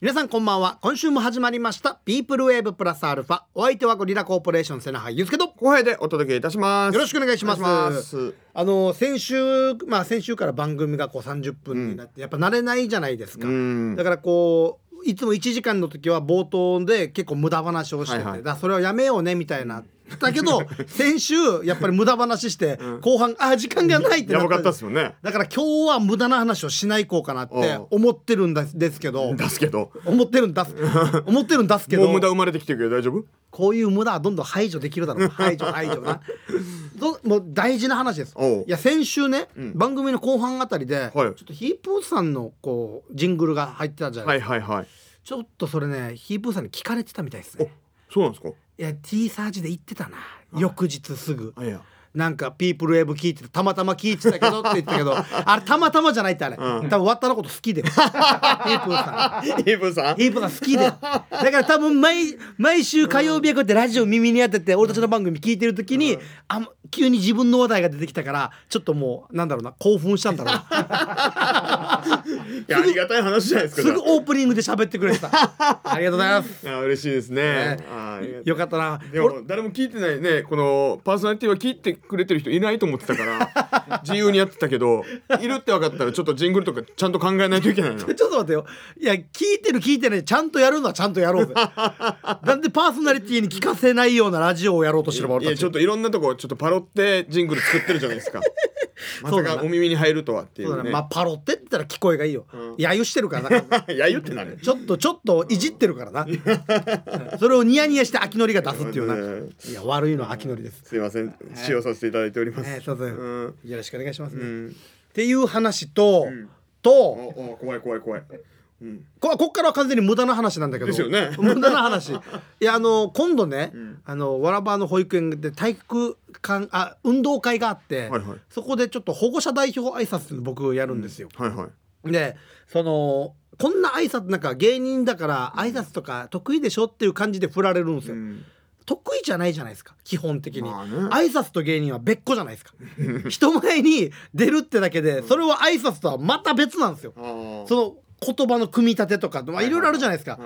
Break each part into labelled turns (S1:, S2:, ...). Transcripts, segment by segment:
S1: 皆さんこんばんは今週も始まりました「ピープルウェーブプラスアルファ」お相手はゴリラコーポレーション瀬名葉ゆうすけと
S2: 後輩でお届けいたします。
S1: よろしくお願いします
S2: お願いします
S1: あの先週まあ先週から番組がこう30分になって、やっぱ慣れないじゃないですか、
S2: うん
S1: だからこういつも1時間の時は冒頭で結構無駄話をしてて、
S2: はいはい
S1: だからそれをやめようねみたいな。だけ ど先週やっぱり無駄話して後半、あ時間がないってな
S2: やばかったっ
S1: です
S2: よね。
S1: だから今日は無駄な話をしないこうかなって
S2: おう
S1: 思ってるんですですけど
S2: 出すけど。
S1: 思ってるんだす思ってるんだすけ
S2: も
S1: ど
S2: う無駄生まれてきてるけど大丈夫
S1: こういう無駄はどんどん排除できる だろう排除排除などもう大事な話です
S2: お
S1: い
S2: う
S1: や先週ね、番組の後半あたりで、ちょっとヒープーさんのこうジングルが入ってたじゃない、
S2: はいはいはい。
S1: ちょっとそれねヒープーさんに聞かれてたみたいです
S2: お
S1: ね、
S2: そうなんですか
S1: いや T サージで言ってたな翌日すぐ
S2: あいや。
S1: なんかピープルウェーブ聞いてたたまたま聞いてたけどって言ってた けどあれたまたまじゃないってあれ、多分ワッタのこと好きでヒープーさん
S2: イブさん
S1: ヒープが好きでだから多分毎毎週火曜日はこうやってラジオ耳に当てて俺たちの番組聞いてる時に、あん急に自分の話題が出てきたからちょっともうなんだろうな興奮したんだ ろうな
S2: いやありがたい話じゃないですか。
S1: すぐオープニングで喋ってく れてたありがとうございます
S2: いや嬉しいですね。
S1: ね
S2: あーありがとう
S1: よかったな
S2: でも誰も聞いてないねこのパーソナリティは聞いてくれてる人いないと思ってたから自由にやってたけどいるって分かったらちょっとジングルとかちゃんと考えないといけないの
S1: 俺ちょっと待ってよいや聞いてる聞いてないちゃんとやるのはちゃんとや ろうぜなんでパーソナリティに聞かせないようなラジオをやろうとしてるの
S2: い
S1: 俺
S2: や
S1: た
S2: ち
S1: ち
S2: ょっといろんなとこちょっとパロってジングル作ってるじゃないです かま
S1: そ
S2: さ
S1: うだ
S2: か
S1: な
S2: お耳に入るとはってい
S1: そう
S2: う
S1: だ
S2: ね
S1: ね まあパロってって言ったら聞こえがいいよ、揶揄してるからな
S2: いや言って なる
S1: ちょっとちょっといじってるからな。それをニヤニヤして秋のりが出すっていうな。
S2: うん
S1: いや悪いのは秋のりです。
S2: すいません使用させていただいております、
S1: ええそうそう
S2: うん
S1: よろしくお願いします
S2: う
S1: ね。っ
S2: ん
S1: ていう話と、
S2: お
S1: と
S2: お怖い怖い怖い、うん、
S1: ここっからは完全に無駄な話なんだけど。
S2: ですよね
S1: 無駄な 話。いやあの今度ね、あのわらばの保育園で体育館あ運動会があって、
S2: はいはい
S1: そこでちょっと保護者代表挨拶僕やるんですよ。
S2: はいはい
S1: でそのこんな挨拶なんか芸人だから挨拶とか得意でしょっていう感じで振られるんですよ。
S2: うん
S1: 得意じゃないじゃないですか基本的に、
S2: まあね
S1: 挨拶と芸人は別個じゃないですか 人前に出るってだけでそれは挨拶とはまた別なんですよ
S2: あー
S1: その言葉の組み立てとかまあ
S2: はいはい
S1: いろいろあるじゃないですか、
S2: は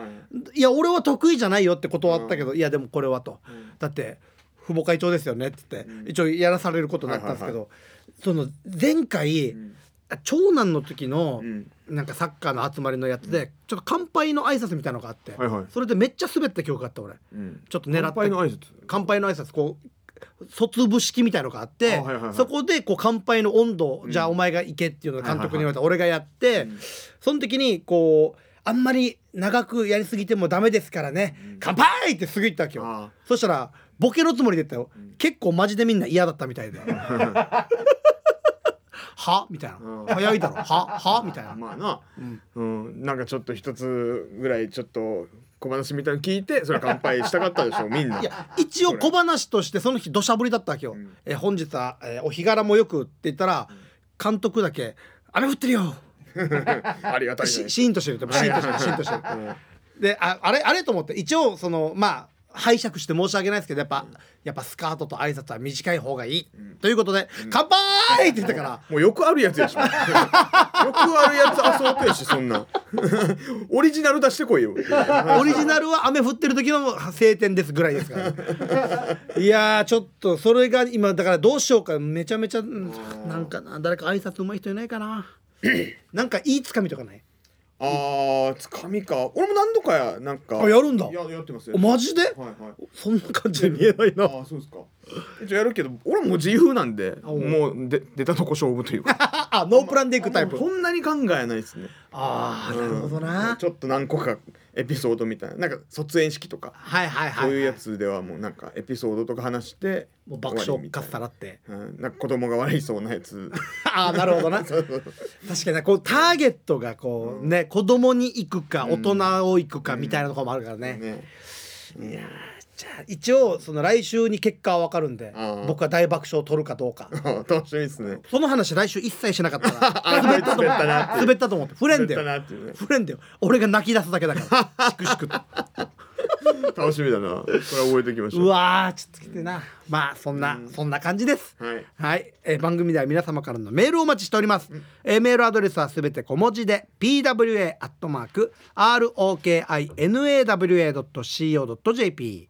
S2: い
S1: い、や俺は得意じゃないよって断ったけど、いやでもこれはと、だって父母会長ですよねって言って、一応やらされることになったんですけど、その前回、長男の時の、
S2: うん
S1: なんかサッカーの集まりのやつで、ちょっと乾杯の挨拶みたいなのがあって、
S2: はいはい
S1: それでめっちゃ滑った記憶があった俺
S2: うん
S1: ちょっと狙った
S2: 乾杯の挨拶
S1: 乾杯の挨拶こう卒部式みたいのがあって
S2: あはいはいはい
S1: そこでこう乾杯の温度、じゃあお前が行けっていうのを監督に言われた、俺がやって、その時にこうあんまり長くやりすぎてもダメですからね、乾杯ってすぐ言ったわけよ
S2: あ
S1: そしたらボケのつもりで言ったよ、結構マジでみんな嫌だったみた いではみたいな、
S2: うん
S1: 早いだろははみたいな、
S2: まあな、うんなんかちょっと一つぐらいちょっと小話みたいなの聞いてそれ乾杯したかったでしょみんない
S1: や一応小話としてその日土砂降りだったわけよ、
S2: ん
S1: えー本日は、えーお日柄もよくって言ったら監督だけ「雨降ってるよ!
S2: ありがたいね
S1: し」シーンとしてるとシーンとしてるシーンとしてるでああれあれと思って一応そのまあ拝借して申し訳ないですけどやっぱ、やっぱスカートと挨拶は短い方がいい、ということで「乾杯!」って言ったから
S2: もうよくあるやつでしょ よくあるやつあそうやしそんなん オリジナル出してこい よ
S1: オリジナルは雨降ってる時の晴天ですぐらいです から、いやーちょっとそれが今だからどうしようかめちゃめちゃうんなんかな誰か挨拶うまい人いないか ななんかいいつかみとかない
S2: あーつかみか俺も何度かやなんか
S1: あやるんだ
S2: ややってますよ
S1: おマジで、
S2: はいはい
S1: そんな感じに見えないな
S2: ああそうですか一応やるけど俺も自由なんでもうで出たとこ勝負という か
S1: あ あノープランでいくタイプ
S2: そんなに考えないですね
S1: ああなるほどな、
S2: ちょっと何個かエピソードみたいななんか卒園式とか
S1: はいはいはい
S2: そういうやつではもうなんかエピソードとか話して
S1: もう爆
S2: 終わ
S1: 笑
S2: りみた
S1: かっ
S2: いな
S1: さらって
S2: うん、なんか子供が笑いそうなやつ
S1: ああなるほどな
S2: そうそう
S1: 確かになこうターゲットがこう、ね子供に行くか大人を行くかみたいなところもあるからね、
S2: ね
S1: いやーじゃあ一応その来週に結果は分かるんで
S2: あー
S1: 僕は大爆笑を取るかどうか
S2: あ楽しみですね
S1: その話来週一切しなかったか
S2: あ
S1: ら
S2: 滑ったなって
S1: 滑ったと思って触れんだ
S2: 滑った
S1: よ
S2: なっていうね
S1: 触れんだよ俺が泣き出すだけだからしくしくと
S2: 楽しみだなこれ覚えておきましょ
S1: う
S2: う
S1: わーちょっときてえなまあそんな、そんな感じです
S2: はい
S1: はい、えー番組では皆様からのメールをお待ちしております、えーメールアドレスはすべて小文字で pwa.rokinawa.co.jp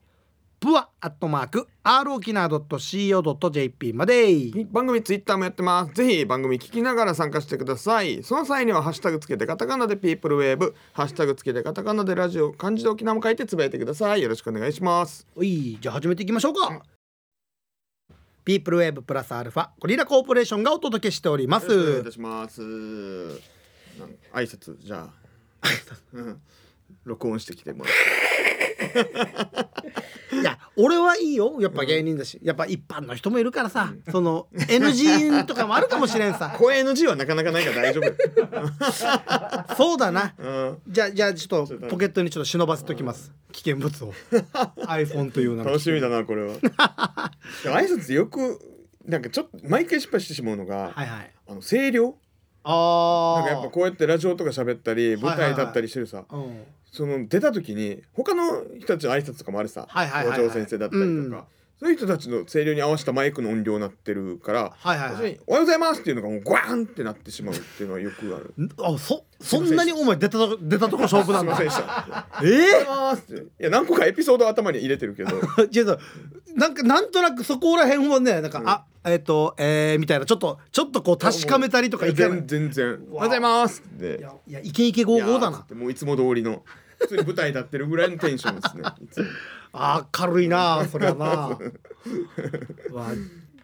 S1: プワアットマーク r o k i n a c o j p まで
S2: 番組ツイッターもやってますぜひ番組聞きながら参加してくださいその際にはハッシュタグつけてカタカナでピープルウェーブハッシュタグつけてカタカナでラジオ漢字で沖縄も書いてつぶやいてくださいよろしくお願いします
S1: おいじゃあ始めていきましょうか、ピープルウェーブプラスアルファゴリラコーポレーションがお届けしておりま
S2: よろしくお願いい
S1: す
S2: たしますなん挨拶じゃあうん録音してきてもらって
S1: いや俺はいいよやっぱ芸人だし、やっぱ一般の人もいるからさ、その NG とかもあるかもしれんさ
S2: 声 NG はなかなかないから大丈 夫
S1: そうだな
S2: うん
S1: じゃあじゃあちょっとポケットにちょっと忍ばせときます危険物 を iPhone という名の
S2: 楽しみだなこ れはでも挨拶よくなんかちょっと毎回失敗してしまうのが、
S1: はいはい
S2: あの声量
S1: ああ
S2: なんかやっぱこうやってラジオとか喋ったり
S1: い
S2: 舞台立ったりしてるさ、
S1: うん、
S2: その出た時に他の人たちの挨拶とかもあるさ、
S1: はいはいはいはい
S2: 校長先生だったりとか、
S1: うん
S2: そういう人たちの声量に合わせたマイクの音量になってるから「
S1: はいはいはい
S2: 要するにおはようございます」っていうのがもうグワーンってなってしまうっていうのはよくある。
S1: あそそんなにお前出たとこ出たとこ勝負な
S2: す
S1: ん
S2: い
S1: だ
S2: ませんでした。
S1: ええ
S2: いや何個かエピソード頭に入れてるけど。
S1: ー、ちょっとなんかなんとなくそこら辺をねなんか、あえっ、とえー、みたいなちょっとちょっとこう確かめたりとかいけない
S2: 全全然。おはようございますって。
S1: いやいやイケイケゴーゴーだ
S2: いやーつ
S1: な
S2: ってもういつも通りの普通に舞台立ってるぐらいのテンションですね。いつも
S1: あー軽いなそりゃなわ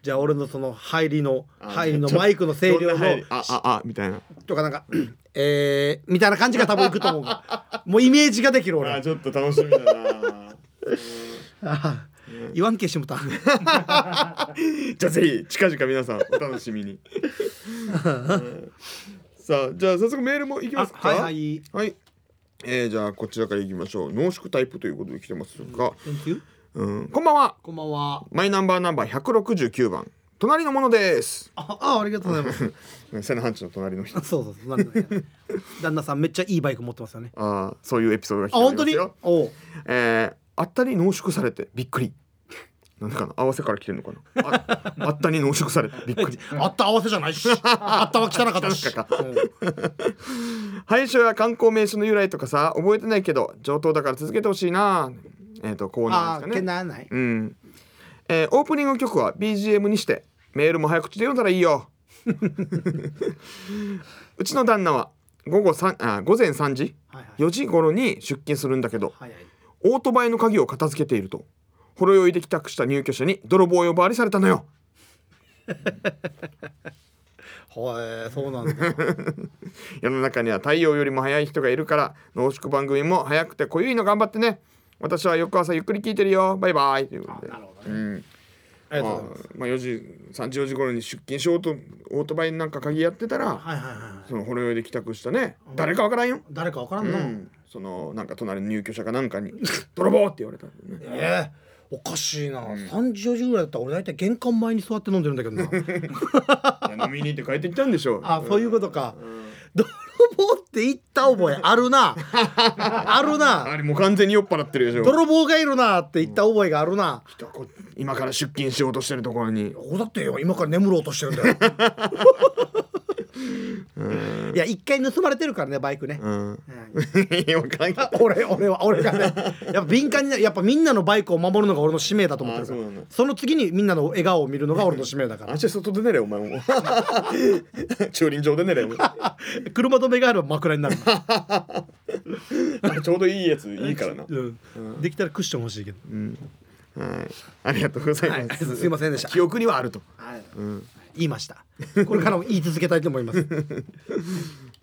S1: じゃあ俺のその入りの
S2: あ
S1: 入りのマイクの 声量
S2: どんな入
S1: の
S2: りあああみたいな。
S1: とかなん か「えー」みたいな感じが多分いくと思う からもうイメージができる
S2: あ
S1: 俺
S2: ちょっと楽しみだな。
S1: あー 言わんけしもた
S2: じゃあぜひ近々皆さんお楽しみ に。うんさあじゃあ早速メールもいき
S1: あ
S2: ますか。
S1: はいはい
S2: はいえーじゃあこちらからいきましょう濃縮タイプということで来てますが、
S1: Thank you
S2: うん、こんばんは
S1: こんばんは
S2: マイナンバーナンバー169番隣のものです
S1: ああありがとうございます
S2: セナハンチの隣の人
S1: あそうそうそうなんだね旦那さんめっちゃいいバイク持ってますよね
S2: あーそういうエピソードが来
S1: あ
S2: ており
S1: 本
S2: ま
S1: 当
S2: す
S1: にお
S2: よ
S1: う
S2: えー、あったり濃縮されてびっくり なんでかな合わせから来てるのかなああったり濃縮されてびっくり
S1: あった合わせじゃ ないし あったは汚かった し
S2: 汚かっ
S1: うん
S2: 廃所や観光名所の由来とかさ覚えてないけど上等だから続けてほしいなえっ、とコー
S1: あ
S2: ナー
S1: あ
S2: ですか
S1: け
S2: ね
S1: なない
S2: うん、えーオープニング曲は BGM にしてメールも早口で読んだらいいよ うちの旦那は午後三あ午前3時
S1: はいはい
S2: 4時頃に出勤するんだけど
S1: はいはい
S2: オートバイの鍵を片付けているとほろ酔いで帰宅した入居者に泥棒呼ばわりされたのよ
S1: はいそう なんだ
S2: 世の中には太陽よりも早い人がいるから濃縮番組も早くて濃ゆいの頑張ってね私は翌朝ゆっくり聞いてるよバイバイということで
S1: なるほど
S2: う
S1: ね
S2: ん
S1: ありがとうございます
S2: あまあ4時3時4時頃に出勤しようとオートバイになんか鍵やってたら
S1: はいはいはいはい
S2: そのほろ酔いで帰宅したね誰かわからんよ、
S1: 誰かわから
S2: うん
S1: な、
S2: ん、そのなんか隣の入居者かなん かに「泥棒!」って言われたんだよね
S1: ええおかしいな、3時4時ぐらいだったら俺大体玄関前に座って飲んでるんだけど な
S2: いや飲みに行って帰ってきたんでしょう
S1: あそういうことか、泥棒って言った覚えあるなある
S2: あ
S1: な
S2: れもう完全に酔っ払ってるでしょ
S1: 泥棒がいるなって言った覚えがあるな、
S2: きっとこ今から出勤しようとしてるところに
S1: 俺だってよ今から眠ろうとしてるんだよ いや一回盗まれてるからねバイクね、
S2: うん
S1: うん
S2: いやわからんけど
S1: 俺俺は俺がねやっぱ敏感になるやっぱみんなのバイクを守るのが俺の使命だと思ってるから
S2: あそう
S1: そ
S2: なんだ
S1: の次にみんなの笑顔を見るのが俺の使命だから
S2: あんし外で寝れお前 も駐輪場で寝れお前
S1: 車止めがあれば枕になる
S2: あれちょうどいいやついいからな、
S1: うんできたらクッション欲しいけど、
S2: はい、ありがとうござい
S1: はい
S2: ます、
S1: すいませんでした
S2: 記憶にはあると、
S1: 言いま したこれからも言い続けたいと思います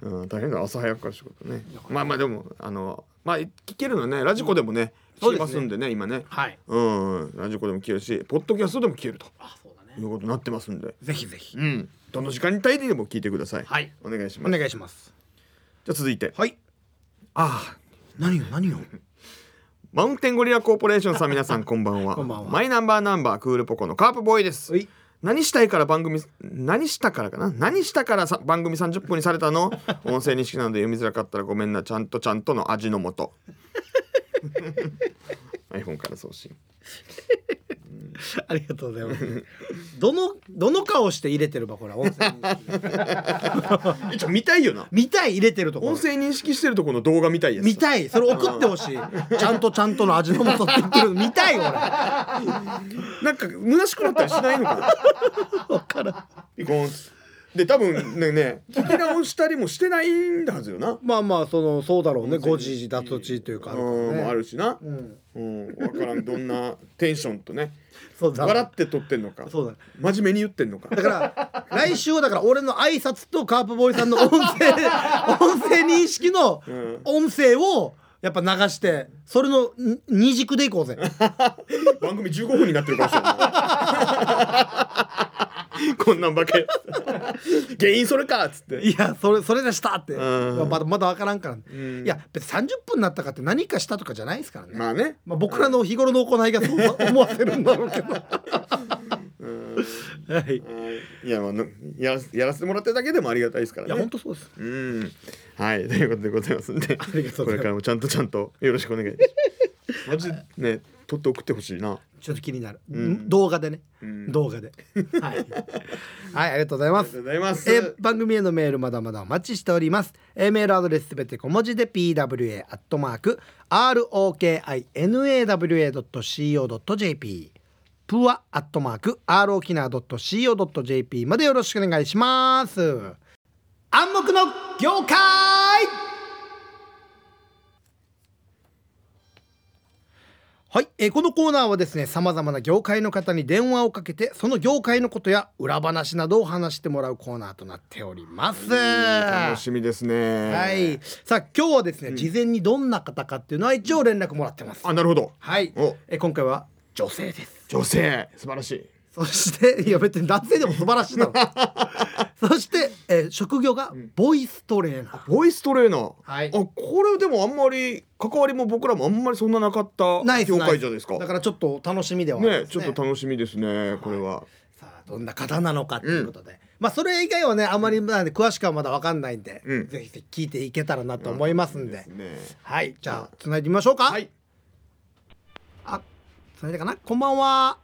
S2: うん、大変だ朝早くから仕事ねまあまあでもあのまあ聞けるのねラジコでもね、
S1: そう
S2: 聞
S1: で
S2: け
S1: すね
S2: ますんでね今ね
S1: はい
S2: うん、うん、ラジコでも聞けるしポッドキャストでも聞けると
S1: あそうだ
S2: い
S1: ね
S2: うことになってますんで
S1: ぜひぜひ
S2: うんどの時間に帯でも聞いてください
S1: はい
S2: お願いし
S1: お
S2: ます
S1: 願いします
S2: じゃあ続いて
S1: はい
S2: ああ
S1: 何よ何よ
S2: マウンテンゴリラコーポレーションさん皆さんこんばんは
S1: こんばんは
S2: マイナンバーナンバークールポコのカープボーイです
S1: はい
S2: 何したいから番組何したからかな何したからさ番組30分にされたの音声認識なので読みづらかったらごめんなちゃんとちゃんとの味の素 iPhone から送信
S1: ありがとうございます。 どの、どの顔して入れてるば、ほら、音 声。
S2: えちょ見たいよな
S1: 見たい入れてるところ
S2: 音。声認識してるとこの動画見たいやつ
S1: 見たい、それ送ってほしい。 ちゃんとちゃんとの味の素って言ってる、見たい、 俺。
S2: なんか虚しくなったりしないのかなピコーンっつで多分ねね聞き直したりもしてないんだはずよな
S1: まあまあ、その、そうだろうね、誤字脱字というかあ
S2: う
S1: るからね。
S2: んもあるしな
S1: うん。
S2: うん分からんどんなテンションとね
S1: そうだ。
S2: 笑って撮ってんのか
S1: そうだ。
S2: 真面目に言ってん のか
S1: だから来週はだから俺の挨拶とカープボーイさんの音 声音声認識の
S2: うん
S1: 音声をやっぱ流してそれのに二軸でいこうぜ
S2: 番組15分になってるかもしれ ないこんなんばけ原因それかっつって
S1: いやそれそれでしたって
S2: ん
S1: まだまだ分からんから、
S2: ん
S1: いや別に30分になったかって何かしたとかじゃないですからね、まあ
S2: まあね
S1: 僕らの日頃の行いがそう思わせるんだろうけどは
S2: うん
S1: いい
S2: いやまあのやらやらせてもらってるだけでもありがたいですからね
S1: や本当そうです
S2: うんはいということでございますんで
S1: りがとうございま
S2: こ
S1: す
S2: れからもちゃんとちゃんとよろしくお願いしますマジでね撮って送ってほしいな
S1: ちょっと気になる、動画でね、
S2: ん
S1: 動 画ではい、はい、ありがとうございます
S2: ありがとうございます
S1: えー番組へのメールまだまだお待ちしております、えーメールアドレスすべて小文字で pwa アットマーク rokinawa.co.jp プアアットマーク rokina.co.jp までよろしくお願いします暗黙の業界はい、えーこのコーナーはですねさまざまな業界の方に電話をかけてその業界のことや裏話などを話してもらうコーナーとなっております。
S2: 楽しみですね
S1: はい、さあ今日はですね、事前にどんな方かっていうのは一応連絡もらってます。
S2: あなるほど
S1: はい
S2: お、
S1: え今回は女性です。
S2: 女性素晴らしい
S1: そして いや別に男性でも素晴らしいだろう。そして、えー職業がボイストレーナー。
S2: ボイストレーナー、
S1: はい
S2: あこれでもあんまり関わりも僕らもあんまりそんななかった
S1: ナイス
S2: 業
S1: ナイ
S2: 界
S1: ス
S2: じゃないですか
S1: だからちょっと楽しみではあるん
S2: ね
S1: です
S2: ちょっと楽しみですね、これは
S1: さあどんな方なのかということで、まあそれ以外はねあまりまあ詳しくはまだわかんないんで、
S2: うん
S1: ぜひぜひ聞いていけたらなと思いますんで、
S2: ね
S1: はいじゃあつないでみましょうか、
S2: はい
S1: あつないでかなこんばんは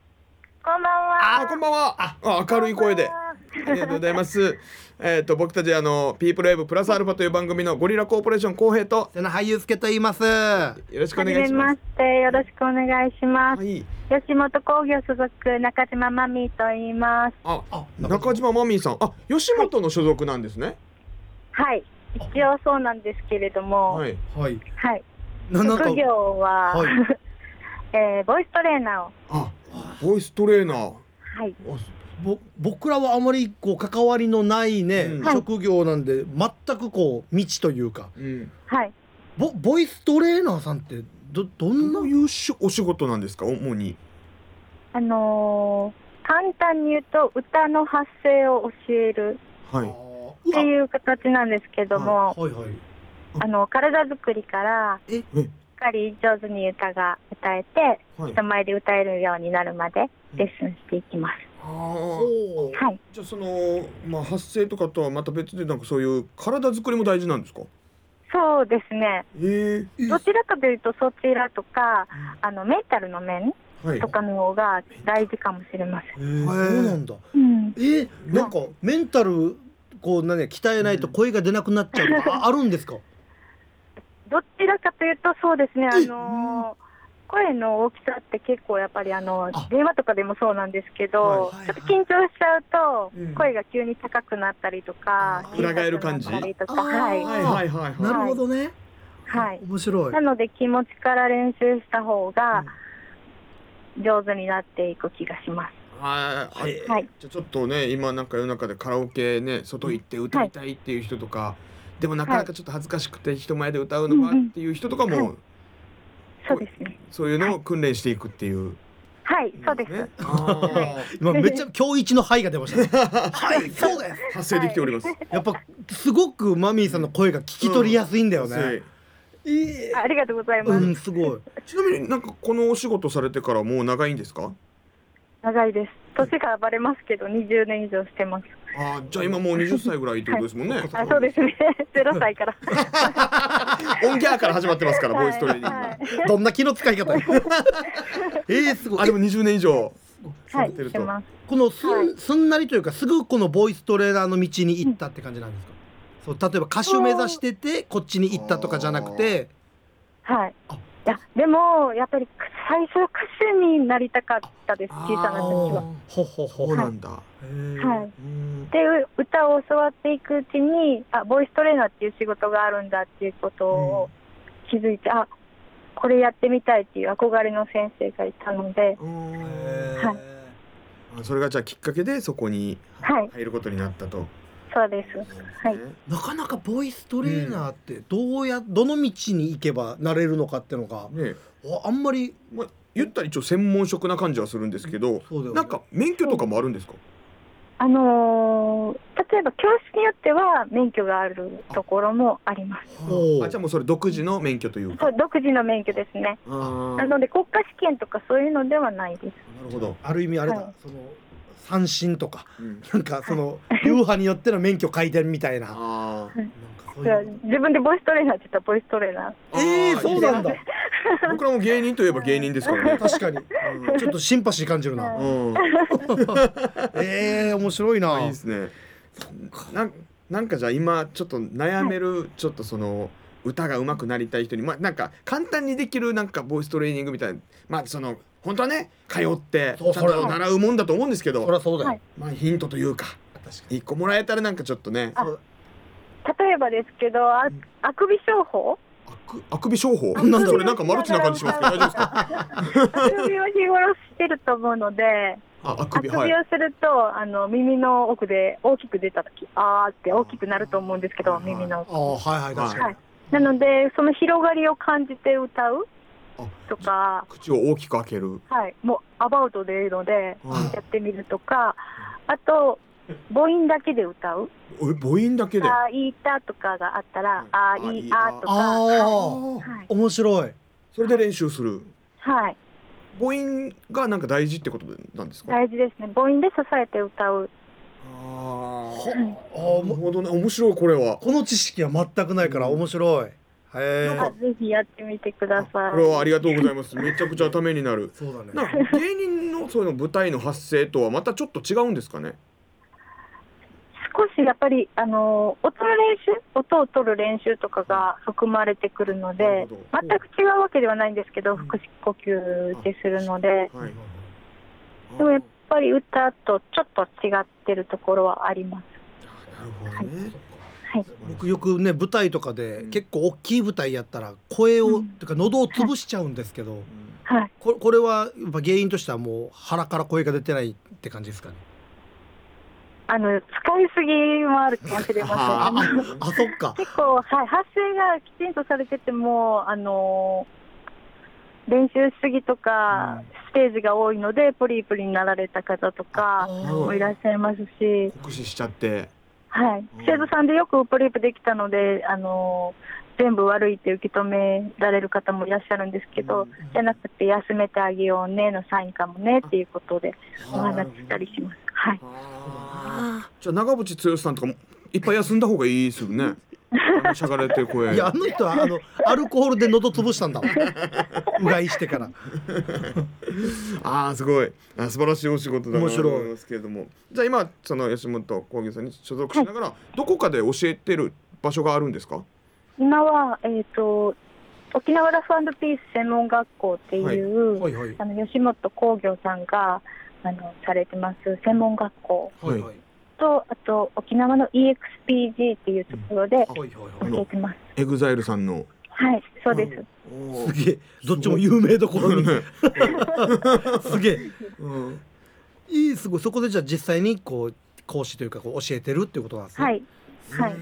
S3: こんばんは。
S2: あこんばんはあ明るい声でありがとうございます えっと僕たちあのピープルウェーブプラスアルファという番組のゴリラコーポレーション後平と
S1: 瀬名俳優助と言います
S2: よろしく
S3: は
S2: お
S3: じ
S2: 願い
S3: め
S2: しま
S3: ますして、よろしくお願いします。
S2: はい
S3: 吉本興業所属中島まみと言います。
S2: あ
S1: あ
S2: 中島マミーさんあ吉本の所属なんですね
S3: はい、一応そうなんですけれども、は、
S2: はいい
S1: はいななんか
S3: 職業は、
S1: はい
S3: えーボイストレーナーを、
S2: あボイストレーナー
S3: はい、
S2: あ
S1: ぼ僕らはあまりこう関わりのないね、
S2: うん
S3: はい
S1: 職業なんで全くこう未知というか
S2: うん
S3: はい、
S1: ボボイストレーナーさんってどどんな
S2: どういうしお仕事なんですか主に
S3: あのー簡単に言うと歌の発声を教える
S2: はい
S1: い
S3: っていう形なんですけども、
S1: はいはい
S3: あの体作りから
S1: え
S3: しっかり上手に歌が歌えて
S2: はい
S3: 人前で歌えるようになるまでレッスンしていきます。
S2: あー
S1: おー
S3: はい、
S2: じゃあそのまあ発声とかとはまた別でなんかそういう体作りも大事なんですか
S3: そうですね。
S2: ええ
S3: どちらかというとそちらとかあのメンタルの面
S2: はい
S3: とかの方が大事かもしれません。
S2: え
S1: そ
S2: ー
S1: うなんだ
S3: うん、
S1: えなんかメンタルこう何や鍛えないと声が出なくなっちゃうとかああるんですか。
S3: どちらかというとそうですね。あのー声の大きさって結構やっぱりあの
S1: あ
S3: 電話とかでもそうなんですけ
S1: は
S3: ど
S1: いはいはい
S3: ちょっと緊張しちゃう
S2: うん
S3: と声が急に高くなったりとか
S1: あー
S3: 小さく
S2: 裏返る感じ
S3: なったりとか
S1: あー
S3: はい
S1: あ
S2: はいはいはいはい
S1: なるほどね。
S3: はい。
S1: 面白い
S3: な。ので気持ちから練習した方
S1: う
S3: が
S1: ん
S3: 上手になっていく気がします。
S2: はいあ
S1: はい
S3: はい、
S2: じゃあちょっとね今なんか夜中でカラオケね外行って歌いたいっていう人とか、でもなかなかちょっと恥ずかしくて人前で歌うのが
S3: うんうん
S2: っていう人とか
S3: は
S2: も
S3: そうですね。
S2: そういうのを訓練していくっていう、
S3: はい、そうです。
S2: ね、あー
S1: 今めっちゃ今日一のはいが出ました、ね。はい、そうです。
S2: 発声できております、
S1: やっぱすごくマミーさんの声が聞き取りやすいんだよね。
S2: はい
S1: ええ
S3: ありがとうございます。
S1: うん、すごい。
S2: ちなみになんかこのお仕事されてからもう長いんですか
S3: 長いです。年がバレますけど、20年以上してます。
S2: あーじゃあ今もう20歳ぐらいってことですもんね。
S3: あ、そうですね。0歳 から。
S2: オンギャーから始まってますから、ボイストレーニング。
S3: はい
S1: どんな気の使い方えー、すごい
S2: あ
S1: あで
S2: でも
S1: も
S2: 20年以上。
S3: は
S2: やっ
S3: い、
S2: てる
S3: し
S2: と
S3: てます。
S1: このす,、
S3: はい
S1: すんなりというかすぐこのボイストレーナーの道に行ったって感じなんですか、そう例えば歌手を目指しててこっちに行ったとかじゃなくて
S3: はい。
S1: あ
S3: いや、でも、やっぱり最初歌手になりたかったです、小さな時
S2: あ
S3: は。
S2: ー
S1: ほほほ
S2: そう
S1: ほ
S2: なんだ。
S1: は
S3: はい。
S2: うん
S3: で、う歌を教わっていくうちに、あ、ボイストレーナーっていう仕事があるんだっていうことを気づいて、あ、これやってみたいっていう憧れの先生がいたので、
S2: うん
S1: は
S3: はい
S2: あそれがじゃあきっかけでそこに
S3: はい
S2: 入ることになったと。
S3: そうです。は
S1: い、
S3: い。
S1: なかなかボイストレーナーってどうやどの道に行けばなれるのかっていうのが
S2: ね
S1: ああんまり
S2: まあ、言ったら一応専門職な感じはするんですけど、
S1: そうだよね
S2: なんか免許とかもあるんですか。
S3: あのー例えば教室によっては免許があるところもあります。
S1: ほう
S2: あじゃあもうそれ独自の免許という
S3: そ
S2: か。
S3: う独自の免許ですね。
S2: あー
S3: な
S2: なる
S3: ので国家試験とかそういうのではないです。
S2: ほど。
S1: ある意味あれだ、
S3: はい
S1: その三振とか
S2: うん
S1: なんかその流派によっての免許改善みたいななんか
S2: あー
S1: そう
S3: いや
S1: いう
S3: 自分でボイストレーナーって言ったらボイストレーナー。
S2: あー。
S1: えー、そう なんだ
S2: 僕らも芸人といえば芸人で すからね。
S1: 確かに
S2: うん
S1: ちょっとシンパシー感じるな
S2: うん。
S1: えー、面白いな。
S2: あいいですね。なんなんかじゃあ今ちょっと悩めるちょっとその歌が上手くなりたい人にまあなんか簡単にできるなんかボイストレーニングみたいなまあその本当はね通ってち
S1: そ
S2: ゃん
S1: うそれ
S2: と習うもんだと思うんですけ
S1: そり
S2: ど
S1: ゃそうだよ。
S3: はい
S2: まあヒントというか
S1: 確か
S2: 一個もらえたらなんかちょっとね
S3: あ例えばですけど、あ
S2: ん
S3: あくび商法。
S2: あくあくび商法
S1: なんだ
S2: それ なんかマルチな感じしますけど大丈夫ですか
S3: あくびを日頃してると思うので、
S2: ああ
S3: あ
S2: く
S3: くび
S2: び
S3: を
S2: はい
S3: すると、あの耳の奥で大きく出た時、あーって大きくなると思うんですけ
S2: は
S3: ど、
S2: いはい
S3: 耳の奥。
S1: ああ、はいはい、確か
S3: は
S1: に
S3: い。。なので、その広がりを感じて歌う
S2: あ
S3: とか、
S2: 口を大きく開ける
S3: はい、もうアバウトでいいので
S2: あ
S3: やってみるとか、あと母音だけで歌う。
S2: お母音だけで
S3: あいたとかがあった
S2: う
S3: ら
S2: ん、
S3: あ
S2: あい
S3: い
S2: い
S3: あとか、
S1: あ
S3: は
S1: ー
S3: いはい
S1: 面白い。
S2: それで練習する
S3: はい、
S2: 母音がなんか大事ってことなんですか
S3: 大事ですね。母音で支えて歌う。
S2: あ
S1: ほ
S2: ー
S1: あ
S2: な
S1: ー
S2: る
S1: も
S2: ほどね面白いこれは
S1: この知識は全くないから面白い。へえ
S3: あ。ぜひやってみてください。
S2: これはありがとうございますめちゃくちゃためにな る
S1: そうだ
S2: なん
S1: ね。
S2: か芸人のそういうの舞台の発声とはまたちょっと違うんですかね
S3: 少しやっぱりあの音の練習、音を取る練習とかが含まれてくるの
S2: なる
S3: で
S2: ほど、
S3: 全く違うわけではないんですけ
S1: う
S3: ど、
S1: ん
S3: 腹式呼吸でするので、
S2: はい
S3: でもやっぱり歌とちょっと違ってるところはあります。
S2: あーなるほどね
S3: はい。
S1: 僕よくね舞台とかで
S2: うん
S1: 結構大きい舞台やったら声を、
S3: うん
S1: とか喉を潰しちゃうんですけど、
S3: はい。
S1: ここれはやっぱ原因としてはもう腹から声が出てないって感じですかね。
S3: あの、使いすぎもあるかもしれま
S2: あ
S3: せん。
S2: ー
S1: あそっか。
S3: 結構、はい、発声がきちんとされてても、あのー練習しすぎとか、ステージが多いので、ポリープリになられた方とかも いらっしゃいますし、
S2: 酷使しちゃって
S3: はい、生徒さんでよくポリープできたので、あのー全部悪いって受け止められる方もいらっしゃるんですけど、じゃなくて、休めてあげようねのサインかもねっていうことでお話ししたりします。はい、
S2: あーじゃあ長渕剛さんとかもいっぱい休んだ方がいいですよ ねあのしゃがれてる声
S1: いやあの人はあのアルコールで喉潰したんだもん。うがいしてから。
S2: ああすごいあ素晴らしいお仕事だな
S1: 面白い
S2: と思いますけれどもじゃあ今その吉本興業さんに所属しながら、どこかで教えてる場所があるんですか
S3: 今は、えー、と沖縄ラフピース専門学校っていう、
S1: はいはい。
S3: あの吉本興業さんがあのされてます専門学校
S1: はいはい。
S3: とあと沖縄の EXPG っていうところで
S1: はいはい
S2: うん
S1: は
S3: 教えてます。
S2: エグザイルさんの
S3: はい、そうです。
S1: い。すげえ。どっちも有名どころに。すげえ。
S2: うん
S1: いいすごい。そこでじゃあ実際にこう講師というかこう教えてるっていうことなんですね。
S3: はい、はい、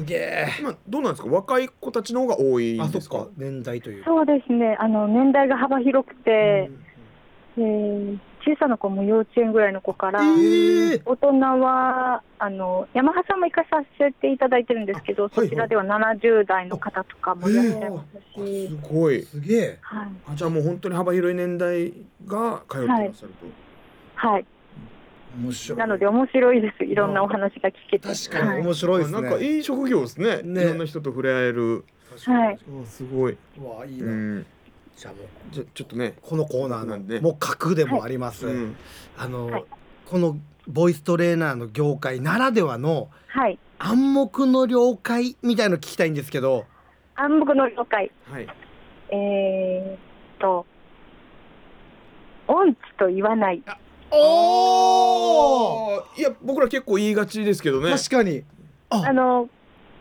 S1: すげえ。
S2: 今どうなんですか若い子たちの方が多い
S1: あ
S2: ん
S1: そ
S2: で
S1: っ
S2: すか
S1: か年代というか。
S3: そうですね。あの年代が幅広くて、えー小さな子も幼稚園ぐらいの子から。
S1: ええ。
S3: 大人はあのヤマハさんも行かさせていただいてるんですけ
S2: あ
S3: ど、
S2: はいはい
S3: そちらでは70代の方とかもいらっしゃいます
S2: あ
S3: し、
S2: すごい
S1: すげえ。
S3: はい
S2: あじゃあもう本当に幅広い年代が通ってらっしゃると、
S3: はい、
S1: 面白い
S3: なので面白いですいろんなお話が聞けて
S1: 確かに
S3: はい
S1: 面白いです
S2: な
S1: ね
S2: んかいい職業ですね
S1: ね
S2: いろんな人と触れ合える
S3: はい
S2: そうすごい、
S1: わあいいうな、
S2: ん、
S1: じゃあもう
S2: じゃちょっとね、
S1: このコーナーの、
S2: なんで
S1: もう格でもあります、
S2: うん、
S1: あの、
S3: はい
S1: このボイストレーナーの業界ならではの
S3: はい
S1: 暗黙の了解みたいの聞きたいんですけど
S3: 暗黙の了解
S2: はい
S3: えー、っと音痴と言わない
S1: お
S2: あーいや僕ら結構言いがちですけどね
S1: 確かにあ
S3: あの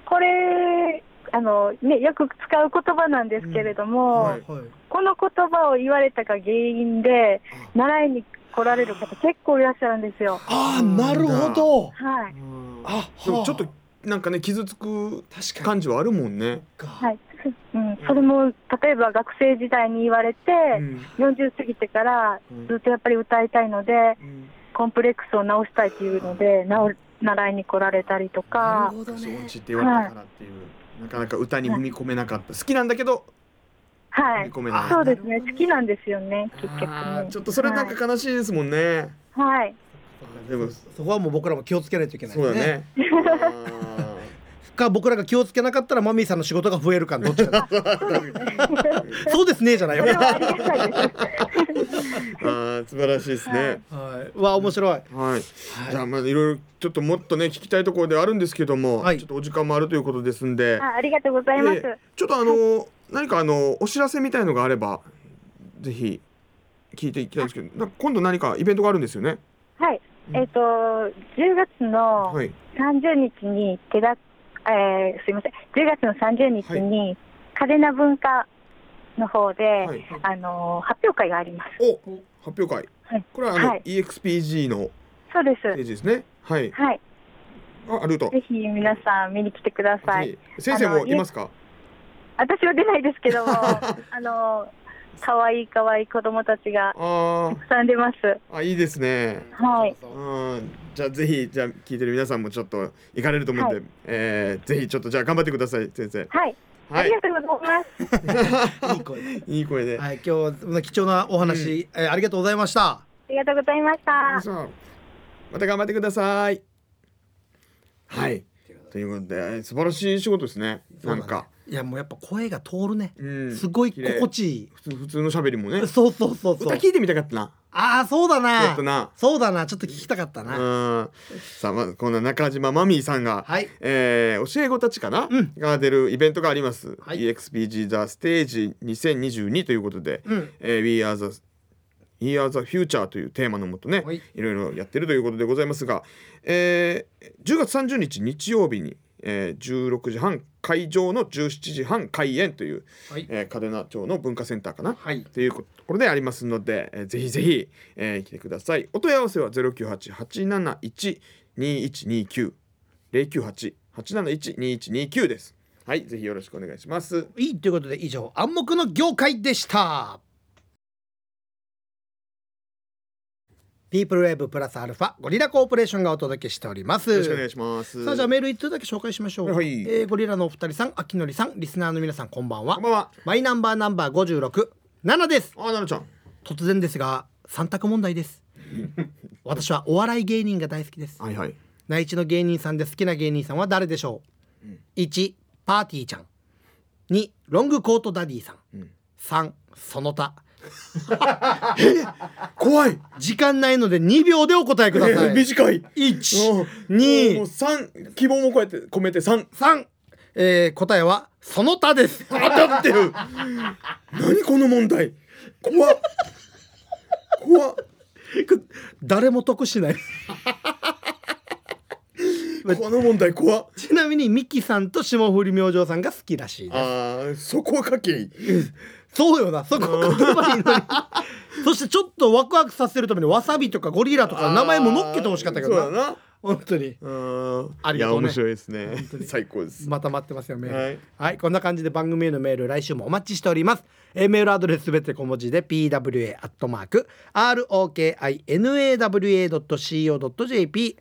S3: これあのねよく使う言葉なんですけれども、
S2: はい
S1: はい
S3: この言葉を言われたが原因で
S2: あ
S3: 習いに来られる方結構いらっしゃるんですよ。
S1: ああなるほど
S3: はい、
S2: うん
S1: あ
S2: で
S1: は
S2: も
S1: あ
S2: ちょっとなんかね傷つく
S1: 確かに
S2: 感じはあるもんね、
S3: はいうん、それも例えば学生時代に言われて、
S2: うん
S3: 40過ぎてから
S2: うん
S3: ずっとやっぱり歌いたいので
S2: うん
S3: コンプレックスを直したいっていうので直習いに来られたりとか
S1: ほ
S2: そう音痴って言われたからっていう、なかなか歌に踏み込めなかった好きなんだけど
S3: は
S2: 踏
S3: い
S2: み込めない、
S3: そうです
S1: なる
S3: ね
S1: ほどね
S3: 好きなんですよね結局
S2: あー
S3: ね
S2: ちょっとそれなんか悲しいですもんね、
S3: はい、はい、
S2: でも
S1: そこはもう僕らも気をつけないといけない
S2: そう
S1: で
S2: だ
S1: すね
S2: ね
S1: か僕らが気をつけなかったらマミーさんの仕事が増えるかどっちか そうですねじゃないよ
S3: それはありがたいです
S2: あー素晴らしいですね、
S1: はい、わあ面白い
S2: はい、じゃあまあいろいろちょっともっとね聞きたいところではあるんですけども、
S1: はい
S2: ちょっとお時間もあるということですんで、
S3: あありがとうございます、
S2: ええちょっとあのー何かあのーお知らせみたいのがあればぜひ聞いていきたいんですけどなんか今度何かイベントがあるんですよね
S3: はいえっ、と10月の
S2: はい
S3: 30日に手だ、えーすいません10月の30日に嘉手納文化の方で、
S2: はい
S3: あのー発表会があります
S2: お発表会、
S3: はい
S2: これはあの、
S3: はい
S2: EXPG の
S3: そうで
S2: ペー
S3: す
S2: ジですねはい
S3: はい
S2: ああると
S3: ぜひ皆さん見に来てください
S2: ぜひ先生
S3: あ
S2: も
S3: の
S2: いますか
S3: 私は出ないですけど もあのー可愛い可愛い子供たちが
S2: あ
S3: たくさん出ます
S2: ーあいいですね
S3: はい
S2: うんじゃあぜひじゃあ聞いてる皆さんもちょっと行かれると思うんで、
S3: は
S2: えーぜひちょっとじゃあ頑張ってください先生
S3: はい、
S2: は
S3: あり
S2: い
S3: がとうございま
S1: い
S3: す
S1: い声
S2: いい声で、
S1: はい、今日は貴重なお話、えーありがとうございました。
S3: ありがとうございました
S2: さんまた頑張ってください。はい。ということで素晴らしい仕事ですね。なんか、
S1: いやもうやっぱ声が通るね。
S2: うん
S1: すごい
S2: 綺麗
S1: 心地いい。
S2: 普通普通の喋りもね。
S1: そうそうそうそ
S2: 歌
S1: う。
S2: 聞いてみたかったな。
S1: ああそうだ
S2: ちょっ
S1: な
S2: と。な。
S1: そうだな。ちょっと聞きたかったな。
S2: うん。さあまずこんな中島マミーさんが、
S1: はい
S2: えー教え子たちかな、
S1: うん
S2: が出るイベントがあります。
S1: はい
S2: EXPG The Stage 2022ということで、
S1: うん
S2: えー We Are the We Are the Future というテーマのもとね、
S1: はい
S2: い、ろいろやってるということでございますが、えー10月30日日曜日に、えー16時半会場の17時半開演という、
S1: はい
S2: えー嘉手納町の文化センターかな、
S1: はい
S2: というところでありますので、えーぜひぜひ、えー来てくださいお問い合わせは098-871-2129 098-871-2129ですはいぜひよろしくお願いします
S1: いいということで以上暗黙の業界でした。ピープルウェーブプラスアルファゴリラコーポレーションがお届けしております。
S2: よろしくお願いします
S1: さあじゃあメール一通だけ紹介しましょう。
S2: はい
S1: えーゴリラのお二人さん、秋のりさん、リスナーの皆さんこんばんは
S2: こん。ばんは
S1: マイナンバーナンバー56、7です。
S2: あなるちゃん
S1: 突然ですが三択問題です 私はお笑い芸人が大好きです
S2: はいはい
S1: 内地の芸人さんで好きな芸人さんは誰でしょう、1パーティーちゃん2ロングコートダディさん、3その他
S2: 怖い
S1: 時間ないので2秒でお答えください
S2: 短い
S1: 1
S2: 二もう
S1: 2
S2: 三希望もこうやって込めて 三
S1: 3えー、答えはその他です
S2: 当たってる何この問題怖っ 怖っ
S1: 誰も得しない
S2: この問題怖っ
S1: ちなみにミキさんと霜降り明星さんが好きらしいです
S2: あーそこは書き
S1: そうよな、そこ言葉に なり。そしてちょっとワクワクさせるためにわさびとかゴリラとか名前も乗っけてほしかったけ
S2: あー
S1: ど
S2: そう
S1: な。
S2: だな
S1: 本当に。
S2: うん
S1: ありがと
S2: いや
S1: うね
S2: 面白いですね最高です
S1: また待ってますよメールは
S2: はいい、
S1: こんな感じで番組へのメール来週もお待ちしておりますえーメールアドレスすべて小文字で pwa.rokinawa.co.jp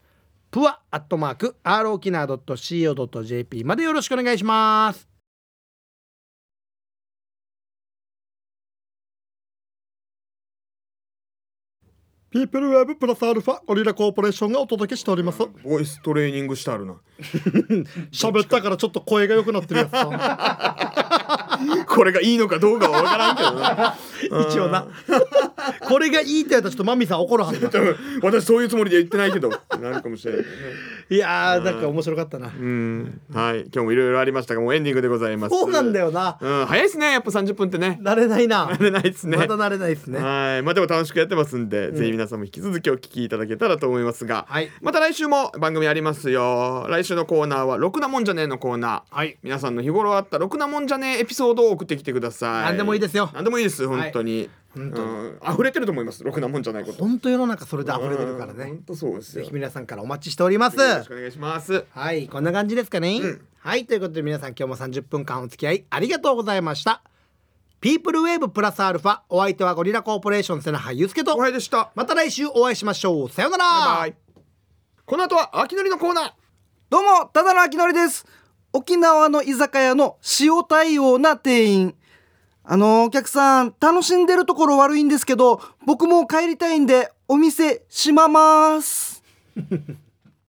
S1: プワアットマーク r o k i n a c o j p までよろしくお願いしますピープルウェブプラスアルファゴリラコーポレーションがお届けしております
S2: ボイストレーニングしてあるな
S1: 喋ったからちょっと声が良くなってるやつさ
S2: これがいいのかどうかは分からんけどな
S1: 一応な これがいいってやったらちょっとマミさん怒るはずだ
S2: 多分私そういうつもりで言ってないけどってなるかもしれないけどね
S1: いやーなんか面白かったな
S2: うんはい今日もいろいろありましたがもうエンディングでございます
S1: そうなんだよな
S2: うん早いですねやっぱ30分ってね
S1: 慣れないな
S2: 慣れないですね
S1: まだ慣れないですね
S2: はいまあでも楽しくやってますんで、ぜひ皆さんも引き続きお聞きいただけたらと思いますが、
S1: はい
S2: また来週も番組ありますよ来週のコーナーは「ろくなもんじゃねえ」のコーナー、
S1: はい
S2: 皆さんの日頃あったろくなもんじゃねえエピソードを送ってきてください
S1: 何でもいいですよ
S2: 何でもいいです本当に、
S1: 本当
S2: うん溢れてると思いますろくなもんじゃないこと
S1: 本当世の中それで溢れてるから
S2: うん
S1: ね
S2: 本当そうです
S1: ぜ
S2: よ
S1: ひ
S2: よ
S1: 皆さんからお待ちしております
S2: ろしくお願いします
S1: はいこんな感じですかね、はいということで皆さん今日も30分間お付き合いありがとうございましたピープルウェーブプラスアルファお相手はゴリラコーポレーション瀬名ゆうすけと
S2: おはようでした
S1: また来週お会いしましょうさようなら
S2: バイバイこの後は秋のりのコーナー
S4: どうも、ただのあきのりです。沖縄の居酒屋の塩対応な店員。あのお客さん、楽しんでるところ悪いんですけど、僕もう帰りたいんで、お店閉まます。